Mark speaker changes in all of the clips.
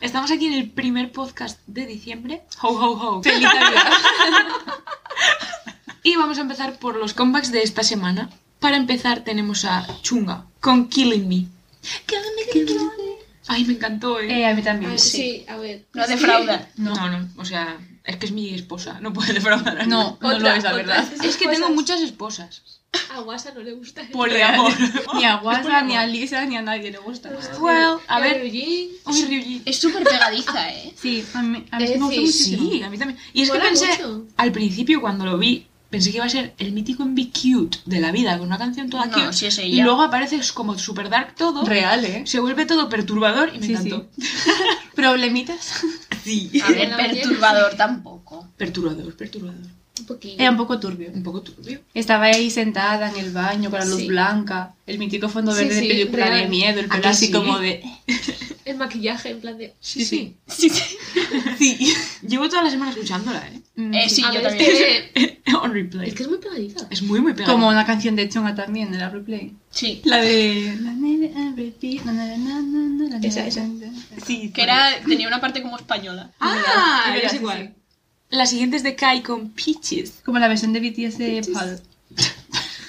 Speaker 1: Estamos aquí en el primer podcast de diciembre. Ho, ho, ho. Feliz Navidad. y vamos a empezar por los comebacks de esta semana. Para empezar tenemos a Chunga con Killing Me. Killing me, killing me. Ay, me encantó, eh.
Speaker 2: Eh, a mí también.
Speaker 3: Ah,
Speaker 2: sí.
Speaker 3: sí, a ver.
Speaker 2: No defrauda.
Speaker 1: No, no, o sea, es que es mi esposa, no puede defraudar. a
Speaker 2: No, no lo
Speaker 3: Otra,
Speaker 2: es, la
Speaker 3: otra.
Speaker 2: verdad.
Speaker 1: nadie. Es que tengo
Speaker 3: Esposas.
Speaker 1: muchas esposas.
Speaker 3: A Guasa no le gusta.
Speaker 1: Poliamor.
Speaker 2: Ni a Guasa,
Speaker 1: Poliamor.
Speaker 2: ni a Lisa, ni a nadie le gusta.
Speaker 1: Well, a
Speaker 3: Y
Speaker 1: ver.
Speaker 3: Ryujin.
Speaker 1: Uy, Ryuji.
Speaker 4: Es súper pegadiza, ¿eh?
Speaker 2: Sí, a mí, a mí
Speaker 3: Eh,
Speaker 2: me gusta
Speaker 3: sí,
Speaker 2: muchísimo.
Speaker 1: Sí, a mí también. Y es que
Speaker 3: Mola
Speaker 1: pensé,
Speaker 3: mucho.
Speaker 1: al principio cuando lo vi, pensé que iba a ser el mítico Be Cute de la vida, con una canción toda
Speaker 4: No,
Speaker 1: cute.
Speaker 4: sí es
Speaker 1: y
Speaker 4: ella.
Speaker 1: luego aparece como super dark todo.
Speaker 2: Real, ¿eh?
Speaker 1: Se vuelve todo perturbador y me
Speaker 2: Sí,
Speaker 1: encantó.
Speaker 2: Problemitas.
Speaker 1: Sí.
Speaker 4: A ver,
Speaker 3: la
Speaker 4: perturbador tampoco.
Speaker 1: Perturbador, perturbador.
Speaker 3: Un poquillo.
Speaker 2: Era un poco turbio.
Speaker 1: Un poco turbio.
Speaker 2: Estaba ahí sentada en el baño con la luz
Speaker 3: Sí.
Speaker 2: blanca, el mítico fondo
Speaker 3: Sí,
Speaker 2: verde
Speaker 3: sí,
Speaker 2: de película
Speaker 3: real.
Speaker 2: de miedo, el
Speaker 1: ¿A
Speaker 2: pelo
Speaker 1: que
Speaker 2: así
Speaker 1: sí?
Speaker 2: como de...
Speaker 3: El maquillaje, en plan de.
Speaker 1: Sí, sí.
Speaker 2: Sí, sí. Sí.
Speaker 1: Llevo toda la semana escuchándola, ¿eh?
Speaker 2: Mm,
Speaker 4: Eh, sí,
Speaker 3: a
Speaker 4: yo
Speaker 3: ver, es
Speaker 4: también.
Speaker 3: que,
Speaker 1: On replay.
Speaker 3: es que es muy pegadiza.
Speaker 1: Es muy, muy pegada. Ah,
Speaker 2: Como una canción de Chonga también, de la replay.
Speaker 4: Sí.
Speaker 2: La de... Na, na, na, repeat, na, na, na, na, na, na,
Speaker 3: Esa, esa.
Speaker 2: na, na, na.
Speaker 1: Sí.
Speaker 4: Que era, tenía una parte como española.
Speaker 1: Ah,
Speaker 2: Es verdad,
Speaker 1: es
Speaker 2: sí,
Speaker 1: igual. La siguiente es de Kai con Peaches.
Speaker 2: Como la versión de BTS de Pal.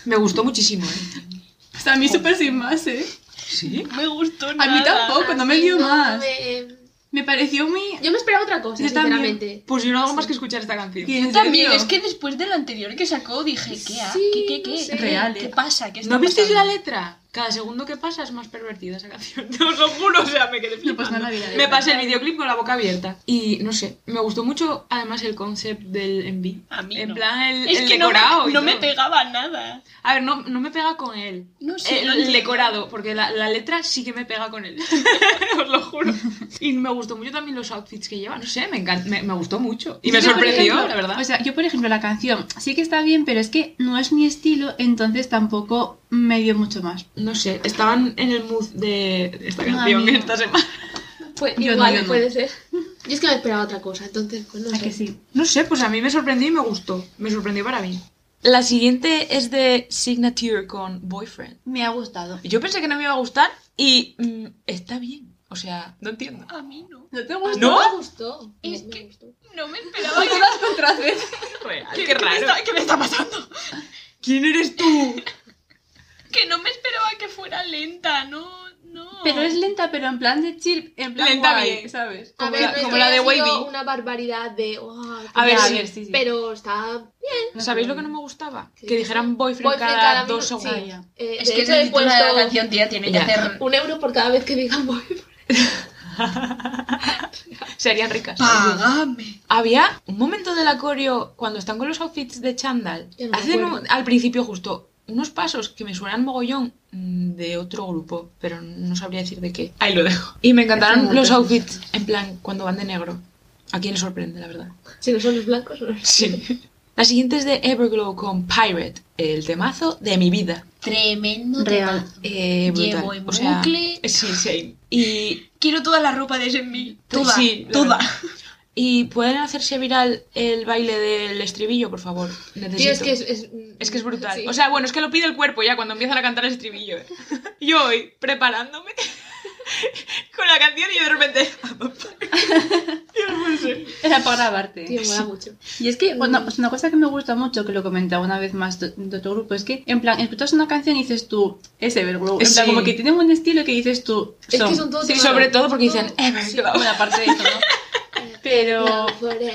Speaker 1: Me gustó muchísimo, ¿eh?
Speaker 2: O sea, a mí súper sin más, ¿eh?
Speaker 1: Sí.
Speaker 4: Me gustó
Speaker 2: mí tampoco. Poco, Oh, pues no me
Speaker 3: Así,
Speaker 2: lío más.
Speaker 3: me-
Speaker 2: Me pareció muy...
Speaker 3: Yo me esperaba otra cosa,
Speaker 2: Yo también.
Speaker 3: sinceramente.
Speaker 1: Pues yo no hago más que escuchar esta canción.
Speaker 2: ¿Qué? ¿En
Speaker 4: También,
Speaker 2: serio?
Speaker 4: es que después del anterior que sacó dije, ¿qué? ha-
Speaker 3: Sí,
Speaker 4: ¿Qué, qué,
Speaker 3: no
Speaker 4: qué?
Speaker 3: sé.
Speaker 2: Real,
Speaker 4: ¿Qué
Speaker 2: eh.
Speaker 4: pasa? ¿Qué está
Speaker 1: ¿No visteis la
Speaker 4: pasando?
Speaker 1: letra? Cada segundo que pasa es más pervertida esa canción. Te os lo juro, o sea, me quedé flipando.
Speaker 2: No, pues no la vi, la
Speaker 1: me
Speaker 2: letra.
Speaker 1: pasé el videoclip con la boca abierta. Y no sé, me gustó mucho además el concept del envi.
Speaker 4: A mí
Speaker 1: En
Speaker 4: no.
Speaker 1: plan, el,
Speaker 4: Es
Speaker 1: el
Speaker 4: que no me,
Speaker 1: decorado. y
Speaker 4: no me
Speaker 1: todo.
Speaker 4: pegaba nada.
Speaker 1: A ver, no, no me pega con él. Eh,
Speaker 4: No sé.
Speaker 1: el,
Speaker 4: no
Speaker 1: el
Speaker 4: entiendo.
Speaker 1: decorado, porque la, la letra sí que me pega con él. Os lo juro. Y me gustó mucho también los outfits que lleva. No sé, me, encan- me, me gustó mucho. Y me
Speaker 2: Yo, por
Speaker 1: sorprendió,
Speaker 2: ejemplo,
Speaker 1: la verdad.
Speaker 2: O sea, yo, por ejemplo, la canción sí que está bien, pero es que no es mi estilo, entonces tampoco me dio mucho más.
Speaker 1: no sé, estaban en el mood de esta
Speaker 2: No, a
Speaker 1: canción
Speaker 2: mí no.
Speaker 1: esta semana.
Speaker 3: Pues,
Speaker 2: Yo no,
Speaker 3: igual
Speaker 2: yo no.
Speaker 3: puede ser. Yo es que me esperaba otra cosa, entonces, pues no
Speaker 2: ¿A
Speaker 3: sé.
Speaker 2: que sí?
Speaker 1: No sé, pues a mí me sorprendió y me gustó. Me sorprendió para mí. La siguiente es de Signature con Boyfriend.
Speaker 2: Me ha gustado.
Speaker 1: Yo pensé que no me iba a gustar y mm, está bien. O sea, no entiendo.
Speaker 4: A mí no.
Speaker 2: ¿No te
Speaker 3: A mí
Speaker 2: gusta?
Speaker 1: ¿No?
Speaker 3: Ah, Me gustó. me-
Speaker 4: Es
Speaker 3: me
Speaker 4: que-
Speaker 3: gustó.
Speaker 4: No me esperaba.
Speaker 2: Yo las contrastes.
Speaker 1: qué,
Speaker 4: ¿Qué, me está, qué me está pasando?
Speaker 1: ¿Quién eres tú?
Speaker 4: Que no me esperaba que fuera lenta, no, no.
Speaker 2: Pero es lenta, pero en plan de chill, en plan
Speaker 1: Lenta
Speaker 2: guay,
Speaker 1: bien.
Speaker 2: ¿sabes?
Speaker 3: A
Speaker 1: Como
Speaker 3: ver,
Speaker 1: la-
Speaker 3: no es
Speaker 1: como
Speaker 3: que
Speaker 1: la de
Speaker 3: haya sido
Speaker 1: Wavy.
Speaker 3: una barbaridad de. "Oh,
Speaker 1: A ver,
Speaker 3: ya",
Speaker 1: sí,
Speaker 2: sí, sí.
Speaker 3: Pero está.
Speaker 1: ¿Sabéis lo que no me gustaba?
Speaker 3: Sí.
Speaker 1: Que dijeran boyfriend,
Speaker 3: Boyfriend
Speaker 1: cada,
Speaker 3: cada
Speaker 1: dos
Speaker 3: minuto,
Speaker 1: segundos.
Speaker 2: Vaya.
Speaker 3: eh,
Speaker 4: Es
Speaker 3: de
Speaker 4: que
Speaker 3: hecho,
Speaker 4: es el
Speaker 3: he
Speaker 4: título de
Speaker 3: puesto
Speaker 4: la canción, tía, tiene
Speaker 1: Ya.
Speaker 4: que hacer...
Speaker 3: Un euro por cada vez que digan boyfriend.
Speaker 1: Serían ricas.
Speaker 4: Págame.
Speaker 1: Había un momento del acorio cuando están con los outfits de chandal.
Speaker 3: Ya no me
Speaker 1: hacen
Speaker 3: acuerdo.
Speaker 1: un- al principio justo unos pasos que me suenan mogollón mm, de otro grupo, pero no sabría decir de qué. Ahí lo dejo. Y me encantaron
Speaker 2: Hacen
Speaker 1: los
Speaker 2: muchas
Speaker 1: outfits, en plan, cuando van de negro. A quién le sorprende, la verdad.
Speaker 3: Si no son los blancos, no.
Speaker 1: Sí. La siguiente es de Everglow con Pirate, el temazo de mi vida.
Speaker 4: Tremendo
Speaker 2: Real.
Speaker 4: temazo.
Speaker 1: Eh, brutal.
Speaker 4: Llevo en
Speaker 1: o sea,
Speaker 4: bucle.
Speaker 1: Sí, sí. Y
Speaker 4: Quiero toda la ropa de ese mil. Toda,
Speaker 1: Sí, la
Speaker 4: toda.
Speaker 1: verdad. ¿Y pueden hacerse viral el baile del estribillo, por favor? Necesito.
Speaker 3: Tío, es que es. Es,
Speaker 1: Es que es brutal.
Speaker 3: sí.
Speaker 1: O sea, bueno, es que lo pide el cuerpo ya cuando empiezan a cantar el estribillo. ¿eh? Yo hoy, preparándome con la canción y yo de repente...
Speaker 2: Era para grabarte.
Speaker 3: Tío, mola mucho.
Speaker 2: Y es que bueno, es una cosa que me gusta mucho, que lo comentaba una vez más de de otro grupo, es que en plan, escuchas una canción y dices tú, es Everglow. En
Speaker 1: Sí.
Speaker 2: plan, como que tienen un estilo que dices tú,
Speaker 3: Es que
Speaker 2: son.
Speaker 3: son todos.
Speaker 1: Sí, sobre todo porque
Speaker 3: son
Speaker 1: dicen... "Eh, Everglow".
Speaker 2: Bueno, aparte de eso, ¿no? Pero,
Speaker 3: No, fuera.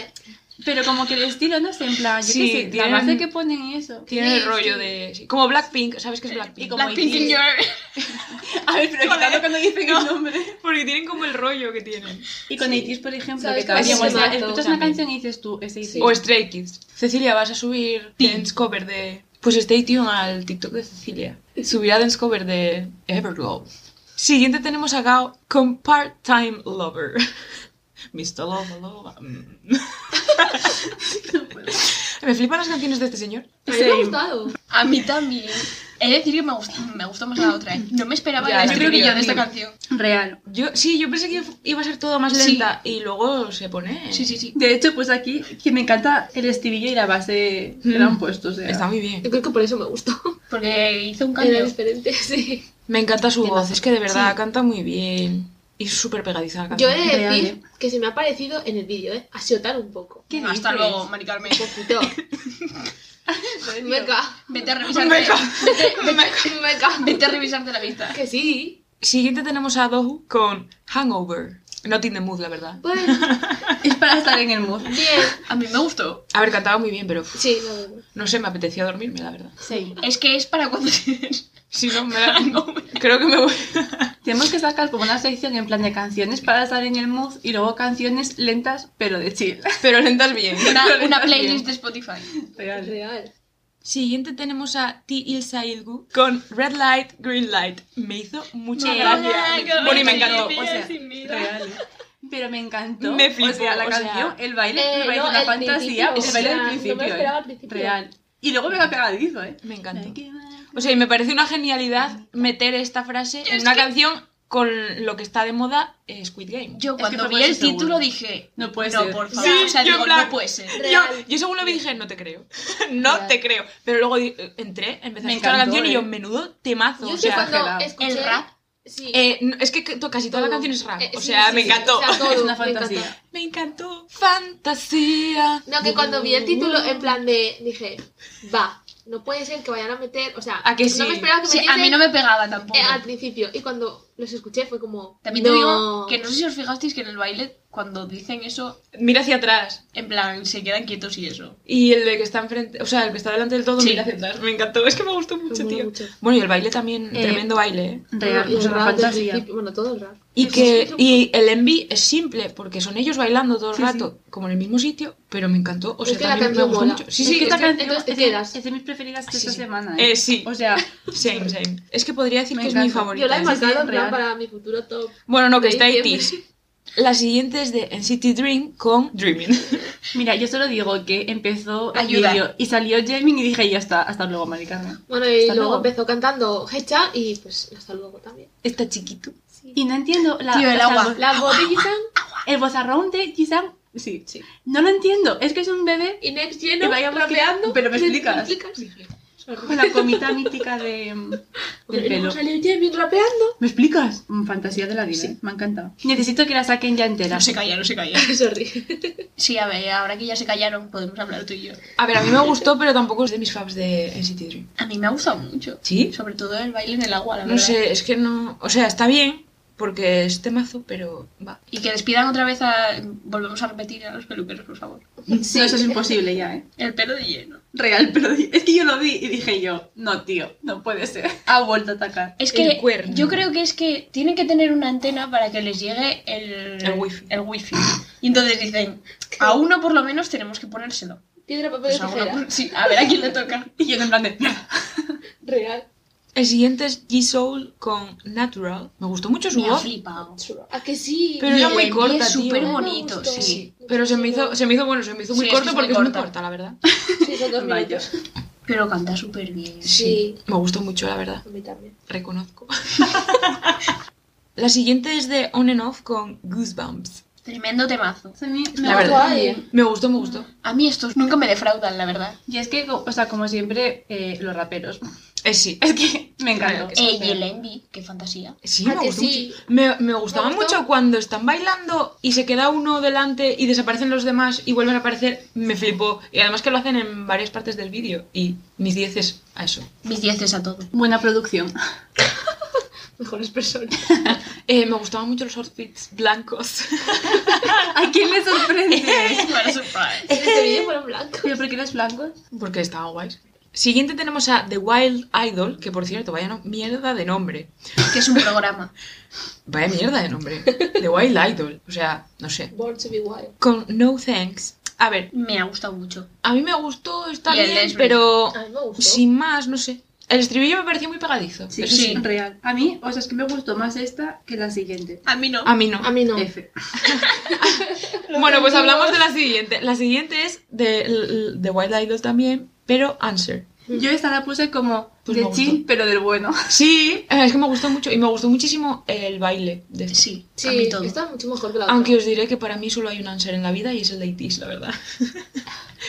Speaker 2: pero como que el estilo, no sé, en plan, yo
Speaker 1: Sí,
Speaker 2: qué sé,
Speaker 1: tienen-
Speaker 2: la base que ponen y eso.
Speaker 1: Tiene el
Speaker 3: Sí,
Speaker 1: rollo
Speaker 3: sí.
Speaker 1: de... sí, Como Blackpink, ¿sabes qué es Blackpink?
Speaker 2: Y como
Speaker 1: Blackpink.
Speaker 2: Blackpink.
Speaker 4: Thinking you're-
Speaker 2: A ver, pero quitando cuando dicen el nombre.
Speaker 1: Porque tienen como el rollo que tienen.
Speaker 2: Y con ITIS, por ejemplo,
Speaker 3: ¿Sabes
Speaker 2: que
Speaker 3: cuál
Speaker 1: es
Speaker 2: también,
Speaker 1: el
Speaker 2: o sea,
Speaker 3: temazo
Speaker 2: escuchas
Speaker 1: también?
Speaker 2: una canción y dices tú, es
Speaker 3: Sí.
Speaker 2: ACDC.
Speaker 1: O Stray Kids. Cecilia, vas a subir dance cover de... Pues stay tuned al TikTok de Cecilia. Subirá dance cover de Everglow. Siguiente tenemos a Gao con Part-Time Lover. Mr. Lova Lova. mm. Me flipan las canciones de este señor.
Speaker 3: A mí me ha gustado.
Speaker 4: A mí también. He de decir que me gustó, me gustó más la otra. ¿eh? No me esperaba
Speaker 1: Ya,
Speaker 4: el
Speaker 1: yo creo que
Speaker 4: estribillo
Speaker 1: yo
Speaker 4: de esta
Speaker 1: también.
Speaker 4: canción.
Speaker 2: Real.
Speaker 1: Yo, sí, yo pensé que iba a ser todo más
Speaker 4: Sí.
Speaker 1: lenta y luego se pone...
Speaker 4: Sí, sí, sí.
Speaker 2: De hecho, pues aquí, que me encanta el estribillo y la base que
Speaker 1: Mm.
Speaker 2: le han puesto, o sea.
Speaker 1: Está muy bien.
Speaker 3: Yo creo que por eso me gustó.
Speaker 4: Porque hizo un
Speaker 3: Era
Speaker 4: cambio.
Speaker 3: Eh, diferente, sí.
Speaker 1: Me encanta su
Speaker 2: Temazo.
Speaker 1: voz, es que de verdad
Speaker 4: Sí.
Speaker 1: canta muy bien. Y es súper pegadiza la
Speaker 3: Yo
Speaker 1: canción.
Speaker 3: he de
Speaker 2: Real,
Speaker 3: decir que se me ha parecido en el vídeo, ¿eh? Asiotar un poco.
Speaker 2: ¿Qué
Speaker 4: No, hasta
Speaker 2: dices?
Speaker 4: luego, Mari Carmen.
Speaker 3: Un poquito. Venga.
Speaker 4: Vete a revisarte.
Speaker 1: Venga.
Speaker 3: Venga.
Speaker 4: Vete a revisarte la vista.
Speaker 3: Que sí.
Speaker 1: Siguiente tenemos a Dohu con Hangover. Not in the mood, la verdad.
Speaker 3: Bueno,
Speaker 2: Es para estar en el mood.
Speaker 3: Pues, bien.
Speaker 4: A mí me gustó.
Speaker 1: A ver, cantaba muy bien, pero uf,
Speaker 3: Sí, la verdad.
Speaker 1: no sé, me apetecía dormirme, la verdad.
Speaker 2: Sí.
Speaker 4: Es que es para cuando tienes
Speaker 1: Si no, me
Speaker 4: hangover.
Speaker 1: creo que me voy.
Speaker 2: Tenemos que sacar como una sección en plan de canciones para estar en el mood y luego canciones lentas pero de chill.
Speaker 1: Pero lentas bien.
Speaker 4: Una, una
Speaker 1: Lentas
Speaker 4: playlist
Speaker 1: bien.
Speaker 4: de Spotify.
Speaker 3: Es real.
Speaker 1: Siguiente tenemos a T. Ilsa Ilgu con Red Light, Green Light. Me hizo mucha
Speaker 2: Me
Speaker 1: gracia.
Speaker 2: encantó.
Speaker 1: Bueno, y me encantó.
Speaker 2: O sea,
Speaker 4: Sin mira.
Speaker 2: Real. Pero me encantó.
Speaker 1: Me flipó,
Speaker 2: o sea, la
Speaker 1: o sea-
Speaker 2: canción, el baile, me
Speaker 3: Eh,
Speaker 2: parece
Speaker 3: no,
Speaker 2: una
Speaker 3: el
Speaker 2: fantasía.
Speaker 3: principio,
Speaker 2: El baile
Speaker 3: o sea,
Speaker 2: del
Speaker 3: no me
Speaker 2: principio.
Speaker 3: lo
Speaker 2: eh.
Speaker 3: esperaba al principio.
Speaker 2: Real. Y luego me va pegadizo, ¿eh?
Speaker 1: Me encantó. O sea, y me pareció una genialidad meter esta frase
Speaker 4: Yo
Speaker 1: en
Speaker 4: es
Speaker 1: una
Speaker 4: que-
Speaker 1: canción con lo que está de moda, eh, Squid Game.
Speaker 4: Yo
Speaker 2: Es
Speaker 4: cuando
Speaker 2: que fue
Speaker 4: vi el
Speaker 2: seguro.
Speaker 4: título dije,
Speaker 2: No puede
Speaker 4: no,
Speaker 2: ser.
Speaker 4: por
Speaker 1: Sí,
Speaker 4: favor, o sea,
Speaker 1: yo en
Speaker 4: digo,
Speaker 1: plan-
Speaker 4: no puede ser.
Speaker 1: Yo,
Speaker 3: Real.
Speaker 1: yo según lo vi dije, no te creo. No
Speaker 2: Real.
Speaker 1: te creo. Pero luego di- eh, entré, empecé a
Speaker 2: Me
Speaker 1: escuchar la
Speaker 2: encantó,
Speaker 1: canción y yo,
Speaker 2: eh.
Speaker 1: menudo temazo.
Speaker 3: Yo
Speaker 1: o
Speaker 3: sé
Speaker 1: sea,
Speaker 3: cuando
Speaker 2: exagerado.
Speaker 3: escuché...
Speaker 4: El rap.
Speaker 3: Sí.
Speaker 1: eh, no, es que c- to- casi toda la
Speaker 3: todo.
Speaker 1: canción es rap.
Speaker 3: Eh,
Speaker 1: o
Speaker 3: sí,
Speaker 1: sea,
Speaker 3: sí,
Speaker 1: me
Speaker 3: sí,
Speaker 1: encantó.
Speaker 3: o sea, todo,
Speaker 2: Es una
Speaker 3: me encantó.
Speaker 2: fantasía.
Speaker 1: Me encantó. Fantasía.
Speaker 3: No, que cuando vi el título, en plan de. Dije, va, no puede ser que vayan a meter. O sea,
Speaker 1: ¿A que sí?
Speaker 3: no me esperaba que
Speaker 4: Sí,
Speaker 3: metiesen
Speaker 4: a mí no me pegaba tampoco.
Speaker 3: eh, al principio. Y cuando los escuché fue como.
Speaker 4: También
Speaker 3: no.
Speaker 4: te digo que no sé si os fijasteis que en el baile, cuando dicen eso,
Speaker 1: Mira hacia atrás.
Speaker 4: en plan, se quedan quietos y eso.
Speaker 1: Y el de que está enfrente, o sea, el que está delante del todo,
Speaker 4: Sí.
Speaker 1: mira hacia atrás. Me encantó. Es que me gustó
Speaker 3: Me
Speaker 1: mucho,
Speaker 3: mola
Speaker 1: tío.
Speaker 3: mucho.
Speaker 1: Bueno, y el baile también,
Speaker 2: Eh,
Speaker 1: tremendo baile. ¿eh?
Speaker 2: Real,
Speaker 3: Y el
Speaker 2: es una
Speaker 3: rap del
Speaker 2: fantasía.
Speaker 3: principio, Bueno, todo el rap.
Speaker 1: Y
Speaker 4: Sí,
Speaker 1: que
Speaker 4: sí, sí.
Speaker 1: y el envy es simple, porque son ellos bailando todo el
Speaker 2: Sí,
Speaker 1: rato, como en el mismo sitio, pero me encantó. O
Speaker 3: Es
Speaker 1: sea,
Speaker 3: que la
Speaker 1: también me
Speaker 3: canción
Speaker 1: gustó
Speaker 3: mola.
Speaker 1: mucho. Sí,
Speaker 3: Es
Speaker 1: sí,
Speaker 3: que
Speaker 1: es
Speaker 3: esta
Speaker 1: que-
Speaker 3: canción- entonces te
Speaker 2: es de-
Speaker 3: quedas.
Speaker 2: Es de mis preferidas de
Speaker 1: Sí,
Speaker 2: esta
Speaker 1: sí.
Speaker 2: semana.
Speaker 1: Eh, sí.
Speaker 2: O sea,
Speaker 1: Same, same. Es que podría decir
Speaker 2: Me
Speaker 1: que es mi
Speaker 2: encanta.
Speaker 1: favorita.
Speaker 3: Yo la he
Speaker 1: ¿eh?
Speaker 3: marcado en
Speaker 2: real.
Speaker 3: plan para mi futuro top.
Speaker 1: Bueno, no, que
Speaker 3: de
Speaker 1: está
Speaker 3: diciembre.
Speaker 1: 80 La siguiente es de NCT Dream con Dreaming.
Speaker 2: mira, yo solo digo que empezó el
Speaker 4: Ayuda.
Speaker 2: vídeo y salió Jamin y dije, ya está, hasta luego, Mari Carmen.
Speaker 3: Bueno, y
Speaker 2: Hasta
Speaker 3: luego,
Speaker 2: luego.
Speaker 3: empezó cantando Hecha y pues hasta luego también.
Speaker 1: Está chiquito.
Speaker 2: Y no entiendo la.
Speaker 4: Tío, el
Speaker 2: o sea,
Speaker 4: agua.
Speaker 2: voz-
Speaker 3: La voz de Gisan
Speaker 2: El vozarrón de quizá. Sí.
Speaker 3: Sí.
Speaker 2: No lo entiendo. Es que es un bebé
Speaker 3: y Next
Speaker 2: Y
Speaker 3: Geno
Speaker 2: vayamos que-
Speaker 3: rapeando.
Speaker 2: pero me
Speaker 3: ¿Sí?
Speaker 2: explicas.
Speaker 3: ¿Me explicas?
Speaker 2: con la comita mítica de, mm, del
Speaker 3: Y luego
Speaker 2: pelo.
Speaker 3: salió Jamie rapeando.
Speaker 2: ¿Me explicas? Mm, Fantasía de la vida. ¿eh? Me ha encantado. Necesito que la saquen ya entera.
Speaker 4: No se calla, no se calla.
Speaker 3: Sorry.
Speaker 4: Sí, a ver, ahora que ya se callaron, podemos hablar tú y yo.
Speaker 1: A ver, a mí me gustó, pero tampoco es de mis faves de NCT Dream.
Speaker 4: A mí me ha gustado mucho.
Speaker 1: ¿Sí?
Speaker 4: Sobre todo el baile en el agua, la
Speaker 1: No
Speaker 4: verdad.
Speaker 1: sé, es que no. O sea, está bien, porque es temazo, pero va.
Speaker 4: Y que despidan otra vez a... Volvemos a repetir a los peluqueros, por favor.
Speaker 2: Sí. No, eso es imposible ya, ¿eh?
Speaker 4: El pelo de lleno.
Speaker 2: Real, pero di- es que yo lo vi y dije yo, no, tío, no puede ser. Ha vuelto a atacar.
Speaker 4: Es que
Speaker 1: El cuerno.
Speaker 4: yo creo que es que tienen que tener una antena para que les llegue el,
Speaker 1: El wifi.
Speaker 4: el wifi. Y entonces dicen, a uno por lo menos tenemos que ponérselo.
Speaker 3: Piedra, papel,
Speaker 4: Pues a, uno
Speaker 3: tijera.
Speaker 4: por- sí, a ver a quién le toca.
Speaker 2: Y yo en plan de, "Mierda".
Speaker 3: Real.
Speaker 1: El siguiente es G-Soul con Natural. Me gustó mucho su
Speaker 4: Me ha
Speaker 1: voz.
Speaker 4: flipado.
Speaker 3: ¿A que sí?
Speaker 1: Pero
Speaker 4: Y
Speaker 1: era
Speaker 4: el
Speaker 1: muy
Speaker 4: envío
Speaker 1: corta,
Speaker 4: es
Speaker 1: tío. ¿eh?
Speaker 4: súper
Speaker 1: Me
Speaker 4: bonito,
Speaker 3: gustó.
Speaker 4: sí, sí.
Speaker 1: Pero se me hizo, se me hizo bueno, se me hizo muy
Speaker 4: Sí, es que
Speaker 1: corto
Speaker 4: es
Speaker 1: porque
Speaker 4: muy
Speaker 1: es muy
Speaker 4: corta.
Speaker 1: corta, la verdad.
Speaker 3: Sí, son dos
Speaker 2: Vaya.
Speaker 3: minutos.
Speaker 4: Pero canta súper bien.
Speaker 3: Sí.
Speaker 1: Me gustó mucho, la verdad.
Speaker 3: A mí también.
Speaker 1: Reconozco. la siguiente es de On and Off con Goosebumps.
Speaker 4: Tremendo temazo.
Speaker 2: A mí me
Speaker 1: La
Speaker 2: ha
Speaker 1: verdad.
Speaker 2: gustado bien.
Speaker 1: Me gustó, me gustó.
Speaker 4: A mí estos nunca me defraudan, la verdad.
Speaker 2: Y es que, o sea, como siempre, eh, los raperos.
Speaker 1: Eh, sí.
Speaker 2: Es que me encantó.
Speaker 1: Real.
Speaker 4: Ey, y el Envy, qué fantasía.
Speaker 1: Sí,
Speaker 3: ¿A
Speaker 1: me
Speaker 3: que
Speaker 1: gustó
Speaker 3: sí?
Speaker 1: mucho. Me, me gustaba
Speaker 3: Me gustó.
Speaker 1: mucho cuando están bailando y se queda uno delante y desaparecen los demás y vuelven a aparecer. Me flipó. Y además que lo hacen en varias partes del vídeo. Y mis dieces a eso.
Speaker 4: Mis dieces a todo.
Speaker 2: Buena producción.
Speaker 3: Mejores personas.
Speaker 1: Eh, me gustaban mucho los outfits blancos.
Speaker 2: ¿A quién le sorprende?
Speaker 4: What a surprise.
Speaker 3: En este vídeo fueron blancos.
Speaker 2: ¿Pero por qué los blancos?
Speaker 1: Porque estaban guays. Siguiente tenemos a The Wild Idol, que por cierto, vaya no- mierda de nombre.
Speaker 4: que es un programa.
Speaker 1: Vaya mierda de nombre. The Wild Idol. O sea, no sé.
Speaker 3: Born to be wild.
Speaker 1: Con No Thanks. A ver,
Speaker 4: Me ha gustado mucho.
Speaker 1: a mí me gustó, está
Speaker 4: Y el
Speaker 1: bien,
Speaker 4: Lesbian.
Speaker 1: pero
Speaker 3: A mí me Ah, gustó.
Speaker 1: sin más, no sé. El estribillo me pareció muy pegadizo.
Speaker 2: Sí,
Speaker 1: eso sí.
Speaker 4: sí.
Speaker 2: real. A mí, o sea, es que me gustó más esta que la siguiente.
Speaker 4: A mí no.
Speaker 1: A mí no.
Speaker 3: A mí no.
Speaker 2: F.
Speaker 1: Bueno, pues hablamos de la siguiente. La siguiente es de The Wild Idol también, pero Answer.
Speaker 2: Yo esta la puse como
Speaker 1: Pues me
Speaker 2: de
Speaker 1: gustó.
Speaker 2: chill, pero del bueno.
Speaker 1: Sí, eh, es que me gustó mucho y me gustó muchísimo el baile de este.
Speaker 5: Sí, a
Speaker 3: Sí,
Speaker 5: mí todo.
Speaker 3: está mucho mejor que la otra.
Speaker 1: Aunque os diré que para mí solo hay un answer en la vida y es el de Itis, la verdad.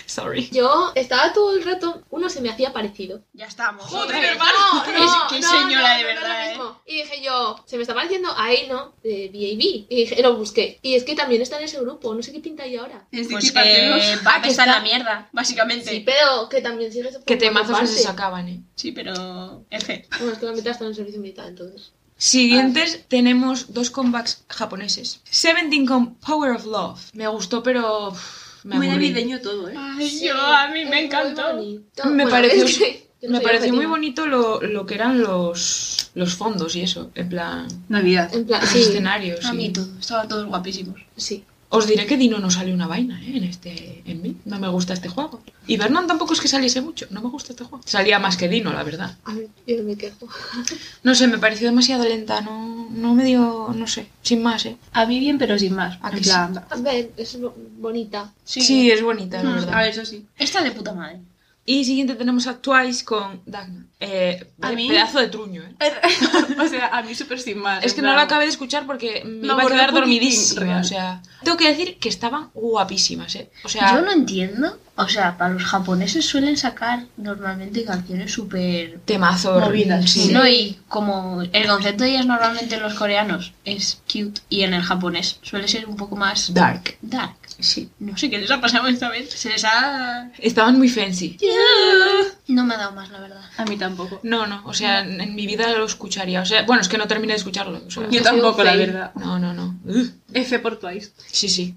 Speaker 1: Sorry.
Speaker 3: Yo estaba todo el rato, uno se me hacía parecido.
Speaker 4: Ya estamos.
Speaker 1: Joder,
Speaker 4: Otra vez.
Speaker 3: No, no,
Speaker 4: es que
Speaker 3: no,
Speaker 4: señora
Speaker 3: no,
Speaker 4: de
Speaker 3: no era lo
Speaker 4: verdad. ¿eh?
Speaker 3: mismo. Y dije yo, se me está pareciendo a Aino de B.A.B. Y dije, lo busqué. Y es que también está en ese grupo, no sé qué pinta ahí ahora.
Speaker 2: En
Speaker 4: Pues
Speaker 2: City Partenos.
Speaker 4: que va que
Speaker 1: Aquí
Speaker 4: está en la
Speaker 1: está.
Speaker 4: mierda, básicamente.
Speaker 3: Sí,
Speaker 4: Sí,
Speaker 3: pero que también sigue ese
Speaker 1: Qué
Speaker 3: formato
Speaker 1: temazos que se
Speaker 3: aparte.
Speaker 1: sacaban, eh.
Speaker 4: pero. F.
Speaker 3: Bueno, es que la mitad está en el servicio militar, entonces.
Speaker 1: Siguientes tenemos dos comebacks japoneses. Seventeen con Power of Love. Me gustó, pero uf, me
Speaker 2: Muy
Speaker 1: aburrí.
Speaker 2: navideño todo, ¿eh?
Speaker 4: Ay,
Speaker 3: Sí,
Speaker 4: yo, a mí
Speaker 3: es
Speaker 4: me
Speaker 3: muy
Speaker 4: encantó.
Speaker 3: bonito.
Speaker 1: Me
Speaker 3: Bueno,
Speaker 1: pareció-
Speaker 3: es que yo no
Speaker 1: Me
Speaker 3: soy
Speaker 1: pareció muy
Speaker 3: objetiva.
Speaker 1: bonito lo, lo que eran los, los fondos y eso, en plan,
Speaker 2: Navidad.
Speaker 3: En plan,
Speaker 1: los
Speaker 3: sí,
Speaker 1: escenarios.
Speaker 4: A
Speaker 1: y-
Speaker 4: mí todo, estaban todos guapísimos.
Speaker 3: sí.
Speaker 1: Os diré que Dino no sale una vaina ¿eh? en este en mí. No me gusta este juego. Y Bernan tampoco es que saliese mucho. No me gusta este juego. Salía más que Dino, la verdad.
Speaker 3: A ver, yo no me quejo.
Speaker 1: No sé, me pareció demasiado lenta. No, no me dio, no sé, sin más, ¿eh?
Speaker 2: A mí bien, pero sin más.
Speaker 1: ¿A
Speaker 2: En
Speaker 1: que sí?
Speaker 2: plan,
Speaker 3: A ver, es bo- bonita.
Speaker 1: Sí, es bonita, la
Speaker 2: mm, A
Speaker 1: verdad.
Speaker 2: ver, eso sí.
Speaker 4: Esta de puta madre.
Speaker 1: Y siguiente tenemos a Twice con Dagna. Eh,
Speaker 2: A
Speaker 1: pe-
Speaker 2: mí- Ah,
Speaker 1: Pedazo de truño, ¿eh?
Speaker 2: o sea, a mí súper sin más.
Speaker 1: Es que no la acabé de escuchar porque me
Speaker 2: Me
Speaker 1: iba a
Speaker 2: abordó
Speaker 1: quedar
Speaker 2: un poquitín,
Speaker 1: dormidísima.
Speaker 2: real.
Speaker 1: O sea, tengo que decir que estaban guapísimas, ¿eh? O sea,
Speaker 5: Yo no entiendo. O sea, para los japoneses suelen sacar normalmente canciones súper...
Speaker 1: temazo.
Speaker 2: Movidas,
Speaker 1: sí.
Speaker 2: sí.
Speaker 5: No, y como el concepto de ellas normalmente en los coreanos es cute y en el japonés suele ser un poco más
Speaker 1: Dark.
Speaker 5: dark.
Speaker 1: Sí.
Speaker 4: No sé qué les ha pasado esta vez. Se les ha.
Speaker 1: Estaban muy fancy.
Speaker 5: No me ha dado más, la verdad.
Speaker 2: A mí tampoco.
Speaker 1: No, no, o sea, en, en mi vida lo escucharía. O sea, bueno, es que no terminé de escucharlo. o sea,
Speaker 2: Yo
Speaker 3: Ha sido
Speaker 2: tampoco, la
Speaker 3: fail.
Speaker 2: verdad.
Speaker 1: no, no, no. Ugh.
Speaker 2: F por Twice.
Speaker 1: Sí, sí.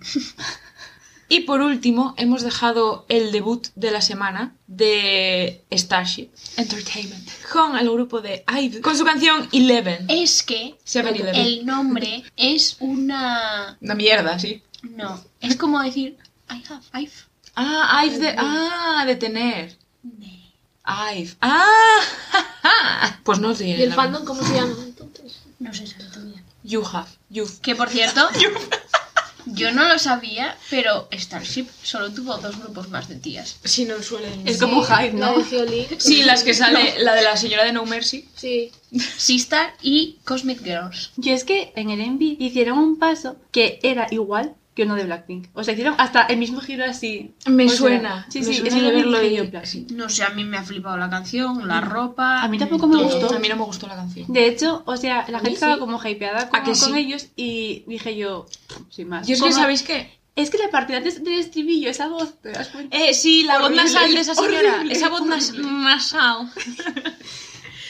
Speaker 1: Y por último, hemos dejado el debut de la semana de Starship Entertainment con el grupo de IVE con su canción Eleven.
Speaker 5: Es que
Speaker 1: Seven Eleven.
Speaker 5: el nombre es una...
Speaker 1: Una mierda, sí.
Speaker 5: No, es como decir I have, I've.
Speaker 1: Ah, IVE de. Ah, de tener.
Speaker 5: Ne.
Speaker 1: IVE. Ah, ja, ja. Pues no tiene.
Speaker 3: ¿Y el
Speaker 1: la-
Speaker 3: fandom cómo se llama entonces?
Speaker 5: No sé, sabe todavía.
Speaker 1: You have. You've.
Speaker 5: Que por cierto, yo no lo sabía, pero Starship solo tuvo dos grupos más de tías.
Speaker 1: Si no suelen.
Speaker 2: Es como Hyde,
Speaker 3: La de
Speaker 2: ¿no?
Speaker 3: Hyolyn.
Speaker 1: Sí, las que sale. La de la señora de No Mercy.
Speaker 3: Sí.
Speaker 5: Sistar y Cosmic Girls.
Speaker 2: Y es que en el MV hicieron un paso que era igual que uno de Blackpink. O sea, hicieron hasta el mismo giro así.
Speaker 1: Me
Speaker 2: O sea,
Speaker 1: suena.
Speaker 2: sí,
Speaker 1: Pues me
Speaker 2: sí,
Speaker 1: suena
Speaker 2: eso
Speaker 1: de
Speaker 2: lo
Speaker 1: verlo
Speaker 2: dije
Speaker 1: y-
Speaker 2: yo, en plan,
Speaker 1: sí.
Speaker 5: No sé, a mí me ha flipado la canción, la ropa.
Speaker 2: A mí tampoco me
Speaker 5: todo.
Speaker 2: gustó.
Speaker 1: A Mm. mí no me gustó la canción.
Speaker 2: De hecho, o sea, la
Speaker 3: A mí
Speaker 2: gente estaba
Speaker 3: sí.
Speaker 2: como hypeada
Speaker 1: ¿A
Speaker 2: con,
Speaker 1: que sí?
Speaker 2: con ellos y dije yo, sin más.
Speaker 1: Y es que,
Speaker 2: Como-
Speaker 1: ¿sabéis qué?
Speaker 2: Es que la parte de antes del estribillo, esa voz, ¿te das cuenta?
Speaker 1: Eh, sí, la
Speaker 2: Horrible,
Speaker 1: voz nasal de esa señora.
Speaker 2: horrible,
Speaker 1: esa voz nas-
Speaker 2: horrible.
Speaker 1: nasal.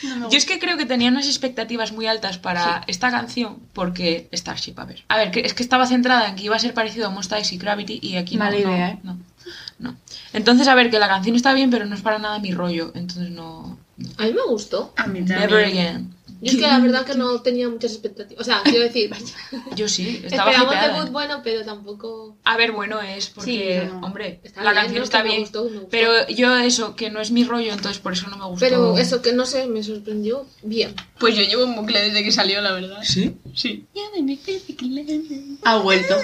Speaker 2: No me
Speaker 1: Yo
Speaker 2: gusta.
Speaker 1: es que creo que tenía unas expectativas muy altas para esta canción porque Starship, a ver. A ver, que- es que estaba centrada en que iba a ser parecido a Monster X y Gravity y aquí no, no,
Speaker 2: Mala idea, ¿eh?
Speaker 1: no. no. Entonces, a ver, que la canción está bien, pero no es para nada mi rollo. Entonces no.
Speaker 3: A mí me gustó.
Speaker 5: A mí también.
Speaker 1: Never again.
Speaker 3: Yo es que la verdad que no tenía muchas expectativas. O sea, quiero decir,
Speaker 1: Yo sí, estaba
Speaker 3: esperamos
Speaker 1: hypeada.
Speaker 3: debut bueno, pero tampoco.
Speaker 1: A ver, bueno, es porque,
Speaker 2: Sí, no.
Speaker 1: hombre,
Speaker 3: Está
Speaker 1: la
Speaker 3: bien,
Speaker 1: canción
Speaker 3: ¿no?
Speaker 1: está
Speaker 3: Que me
Speaker 1: bien.
Speaker 3: gustó, me gustó.
Speaker 1: Pero yo eso, que no es mi rollo, entonces por eso no me gustó.
Speaker 3: Pero eso que no sé, me sorprendió bien.
Speaker 4: Pues yo llevo un bucle desde que salió, la verdad.
Speaker 1: ¿Sí?
Speaker 4: Sí.
Speaker 2: Ha vuelto.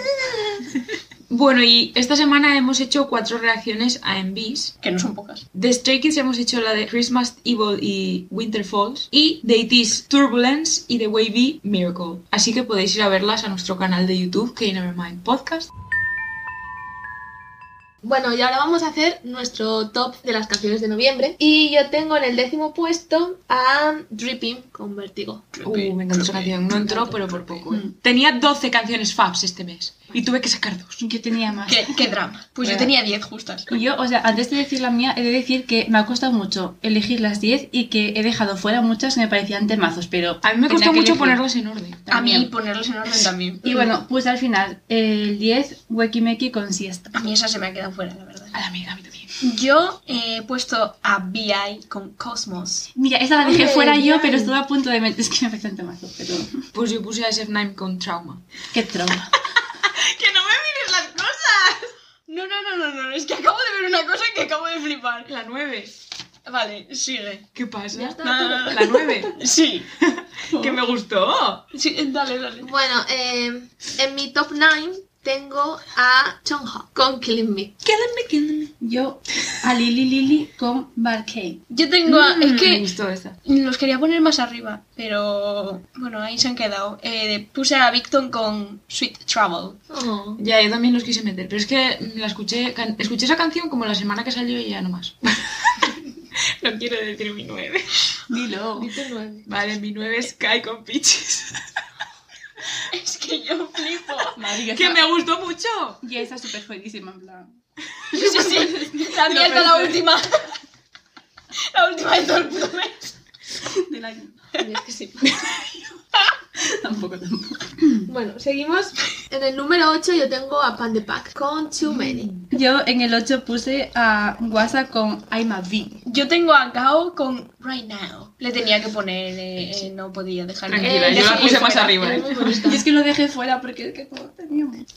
Speaker 1: Bueno, y esta semana hemos hecho cuatro reacciones a MVs.
Speaker 4: Que no son pocas.
Speaker 1: De Stray Kids hemos hecho la de Christmas Evil y Winter Falls. Y de IT's Turbulence y de Wavy Miracle. Así que podéis ir a verlas a nuestro canal de YouTube, K-Nevermind Podcast.
Speaker 3: Bueno, y ahora vamos a hacer nuestro top de las canciones de noviembre. Y yo tengo en el décimo puesto a Dripping con Vértigo.
Speaker 1: Uh, me encantó esa canción. No entró, pero por poco. eh. Tenía 12 canciones Fabs este mes. Y tuve que sacar dos.
Speaker 2: Yo tenía más.
Speaker 4: ¿Qué, qué drama. Pues yo
Speaker 2: Real.
Speaker 4: tenía 10 justas.
Speaker 2: Y Yo, o sea, antes de decir la mía, he de decir que me ha costado mucho elegir las 10 y que he dejado fuera muchas que me parecían temazos, pero...
Speaker 1: A mí me
Speaker 2: tenía
Speaker 1: costó
Speaker 2: que
Speaker 1: mucho
Speaker 2: elegir.
Speaker 1: ponerlas en orden.
Speaker 4: A mí
Speaker 2: También.
Speaker 4: ponerlos en orden también.
Speaker 2: Y bueno, pues al final, el 10, Wekimeki con siesta.
Speaker 5: A mí esa se me ha quedado fuera, la verdad.
Speaker 1: A la mía, a mí también.
Speaker 4: Yo he puesto a BI con Cosmos.
Speaker 2: Mira, esa la dejé
Speaker 3: Hombre,
Speaker 2: fuera yo,
Speaker 3: bien.
Speaker 2: pero estuve a punto de meter... Es que me parecían temazos, pero...
Speaker 1: Pues yo puse a SF9 con trauma.
Speaker 2: Qué trauma.
Speaker 4: ¡Que no me mires las cosas! No, no, no, no, no, es que acabo de ver una cosa que acabo de flipar.
Speaker 1: La 9.
Speaker 4: Vale, sigue.
Speaker 1: ¿Qué pasa?
Speaker 3: Ya está.
Speaker 4: No, no, no,
Speaker 1: La 9.
Speaker 4: Sí,
Speaker 1: que me gustó.
Speaker 4: sí, dale, dale.
Speaker 3: Bueno, eh, en em, mi top 9 tengo a Chonha con Killing Me.
Speaker 1: Killing me, killing me.
Speaker 2: Yo a Lili Lili con Barcade.
Speaker 4: Yo tengo a- Es
Speaker 2: Me
Speaker 4: que
Speaker 2: gustó esa.
Speaker 4: los quería poner más arriba, pero bueno, ahí se han quedado. Eh, puse a Victon con Sweet Travel.
Speaker 3: Oh.
Speaker 1: Ya, yo también los quise meter, pero es que mm, la escuché, can- escuché esa canción como la semana que salió y ya no más. no quiero decir mi 9.
Speaker 2: Dilo.
Speaker 3: Dice nueve.
Speaker 1: Vale, mi 9 es Kai con Peaches.
Speaker 4: Es que yo flipo.
Speaker 2: Madre,
Speaker 1: que me gustó mucho.
Speaker 2: Y esa súper jodidísima, en plan.
Speaker 4: Sí, sí, sí. La mierda, la última. La última de todo el puto mes.
Speaker 2: Del año.
Speaker 3: Es que sí.
Speaker 2: Tampoco, tampoco.
Speaker 3: Bueno, seguimos. En el número 8 yo tengo a Pan de Pack con Too Many.
Speaker 2: Yo en el 8 puse a Guasa con I'm a Bee.
Speaker 4: Yo tengo a Gao con Right Now. Le tenía que poner, eh, eh, no podía dejarme.
Speaker 1: Tranquila,
Speaker 4: Eh,
Speaker 1: yo la
Speaker 4: dejarme
Speaker 1: puse más
Speaker 4: fuera.
Speaker 1: arriba.
Speaker 3: Es
Speaker 1: ¿eh?
Speaker 3: muy bonita.
Speaker 2: Y es que lo dejé fuera porque es que todo tenía mucho.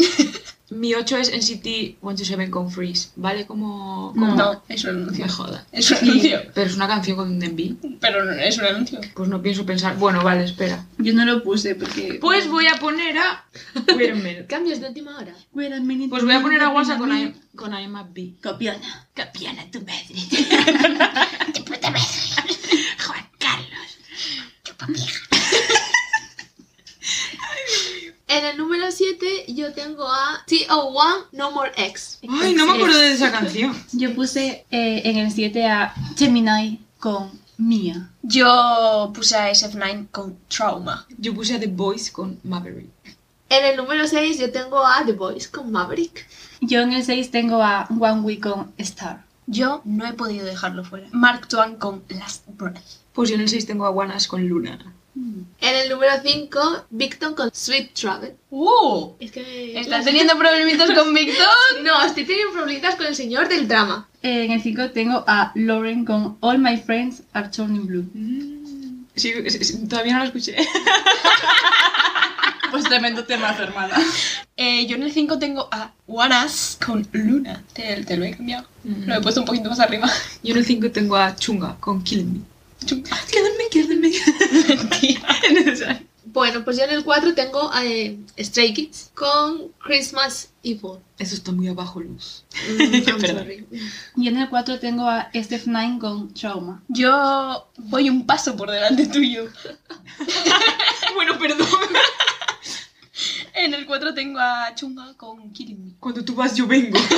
Speaker 1: Mi 8 es NCT 127 con Freeze. Vale, como.
Speaker 2: No.
Speaker 1: como-
Speaker 4: No, es un anuncio.
Speaker 1: me joda.
Speaker 4: Es un anuncio.
Speaker 1: Pero es una canción con Denby.
Speaker 4: Pero no, es un anuncio.
Speaker 1: Pues no pienso pensar. Bueno, vale, espera.
Speaker 2: Yo no lo puse porque.
Speaker 1: Pues voy a poner a. Wait a minute.
Speaker 3: Cambios de última hora.
Speaker 2: Wait a minute,
Speaker 1: Pues voy a poner a
Speaker 2: wait
Speaker 1: WhatsApp con, I,
Speaker 2: minute.
Speaker 1: con I'm a B.
Speaker 2: Copiona.
Speaker 1: Copiana tu madre.
Speaker 4: Te puta madre.
Speaker 1: Juan Carlos.
Speaker 3: En el número 7 yo tengo a TO1 No More X.
Speaker 1: Ay, no me acuerdo de esa canción.
Speaker 2: Yo puse eh, en el 7 a Gemini con Mia.
Speaker 4: Yo puse a SF9 con Trauma.
Speaker 1: Yo puse a The Voice con Maverick.
Speaker 3: En el número 6 yo tengo a The Boys con Maverick.
Speaker 2: Yo en el 6 tengo a One Week con Star.
Speaker 4: Yo no he podido dejarlo fuera. Mark Twain con Last Breath.
Speaker 1: Pues yo en el 6 tengo a Guanas con Luna.
Speaker 3: En el número 5, Victon con Sweet Travel.
Speaker 4: ¡Uh!
Speaker 3: Es que...
Speaker 4: ¿Estás teniendo problemitas con Victor?
Speaker 3: No, estoy teniendo problemitas con el señor del drama.
Speaker 2: Eh, En el 5 tengo a Lauren con All My Friends Are Turning Blue.
Speaker 1: Sí, sí, sí, todavía no la escuché.
Speaker 2: Pues tremendo tema, hermana.
Speaker 4: Eh, yo en el 5 tengo a Waras con Luna. Te, te lo he cambiado.
Speaker 1: Mm.
Speaker 4: Lo he puesto un poquito más arriba.
Speaker 1: pues, Yo en el 5 tengo a Chunga con Kill Me.
Speaker 4: Chunga.
Speaker 1: Kill Me, Kill Me. Es necesario.
Speaker 3: Bueno, pues yo en el 4 tengo a eh, Stray Kids con Christmas Evil.
Speaker 1: Eso está muy abajo, Luz.
Speaker 3: Mm, I'm
Speaker 1: Perdón.
Speaker 3: sorry.
Speaker 2: Y en el 4 tengo a Steph Nine con Trauma.
Speaker 4: Yo voy un paso por delante tuyo.
Speaker 1: Bueno, perdón.
Speaker 4: En el 4 tengo a Chunga con Killing Me.
Speaker 1: Cuando tú vas, yo vengo.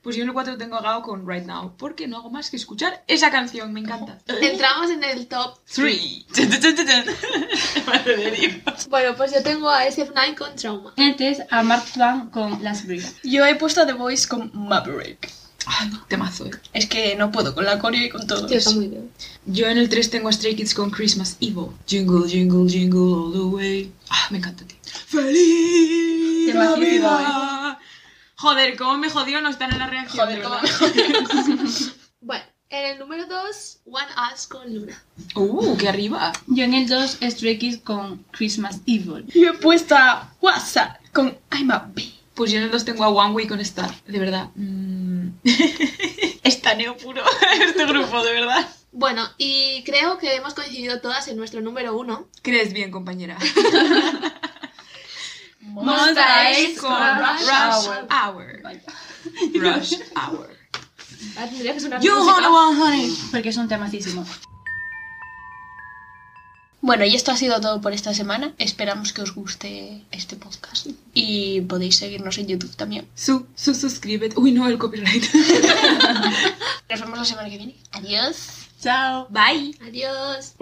Speaker 1: Pues yo en el 4 tengo a Gao con Right Now, porque no hago más que escuchar esa canción, me encanta.
Speaker 3: Entramos en el top.
Speaker 1: 3. Madre de Dios.
Speaker 3: Bueno, pues yo tengo a SF9 con Trauma.
Speaker 2: En el 3 a Mark Twain con Las Brigas.
Speaker 4: Yo he puesto a The Voice con Maverick.
Speaker 1: Ay, temazo, eh. Es
Speaker 4: Es que no puedo con la coreo y con todo.
Speaker 3: Tío, está muy bien.
Speaker 1: Yo en el 3 tengo a Stray Kids con Christmas Evil. Jingle, jingle, jingle all the way. Ah, me encanta, tío. ¡Feliz
Speaker 2: Temacísimo,
Speaker 1: Navidad! Joder, cómo me jodió no estar en la reacción.
Speaker 4: Joder,
Speaker 1: de
Speaker 4: cómo
Speaker 1: verdad.
Speaker 3: Bueno, en el número 2, One Us con Luna.
Speaker 1: Uh, qué arriba.
Speaker 2: Yo en el 2 Stray Kids con Christmas Evil.
Speaker 4: Yo he puesto a WhatsApp con I'm a B.
Speaker 1: Pues yo en el 2 tengo a One Way con Star. De verdad. Mm. Estaneo puro este grupo, de verdad.
Speaker 3: Bueno, y creo que hemos coincidido todas en nuestro número 1.
Speaker 1: Crees bien, compañera.
Speaker 2: Monster Ace
Speaker 1: con Rush, Hour.
Speaker 2: Vaya.
Speaker 1: Rush Hour.
Speaker 3: Ah, tendría que sonar
Speaker 1: You
Speaker 3: música.
Speaker 1: wanna one, honey.
Speaker 2: Porque es un temacísimo.
Speaker 4: Bueno, y esto ha sido todo por esta semana. Esperamos que os guste este podcast. Y podéis seguirnos en YouTube también.
Speaker 1: Su, su, suscríbete. Uy, no, el copyright.
Speaker 4: Nos vemos la semana que viene. Adiós.
Speaker 2: Chao.
Speaker 1: Bye.
Speaker 3: Adiós.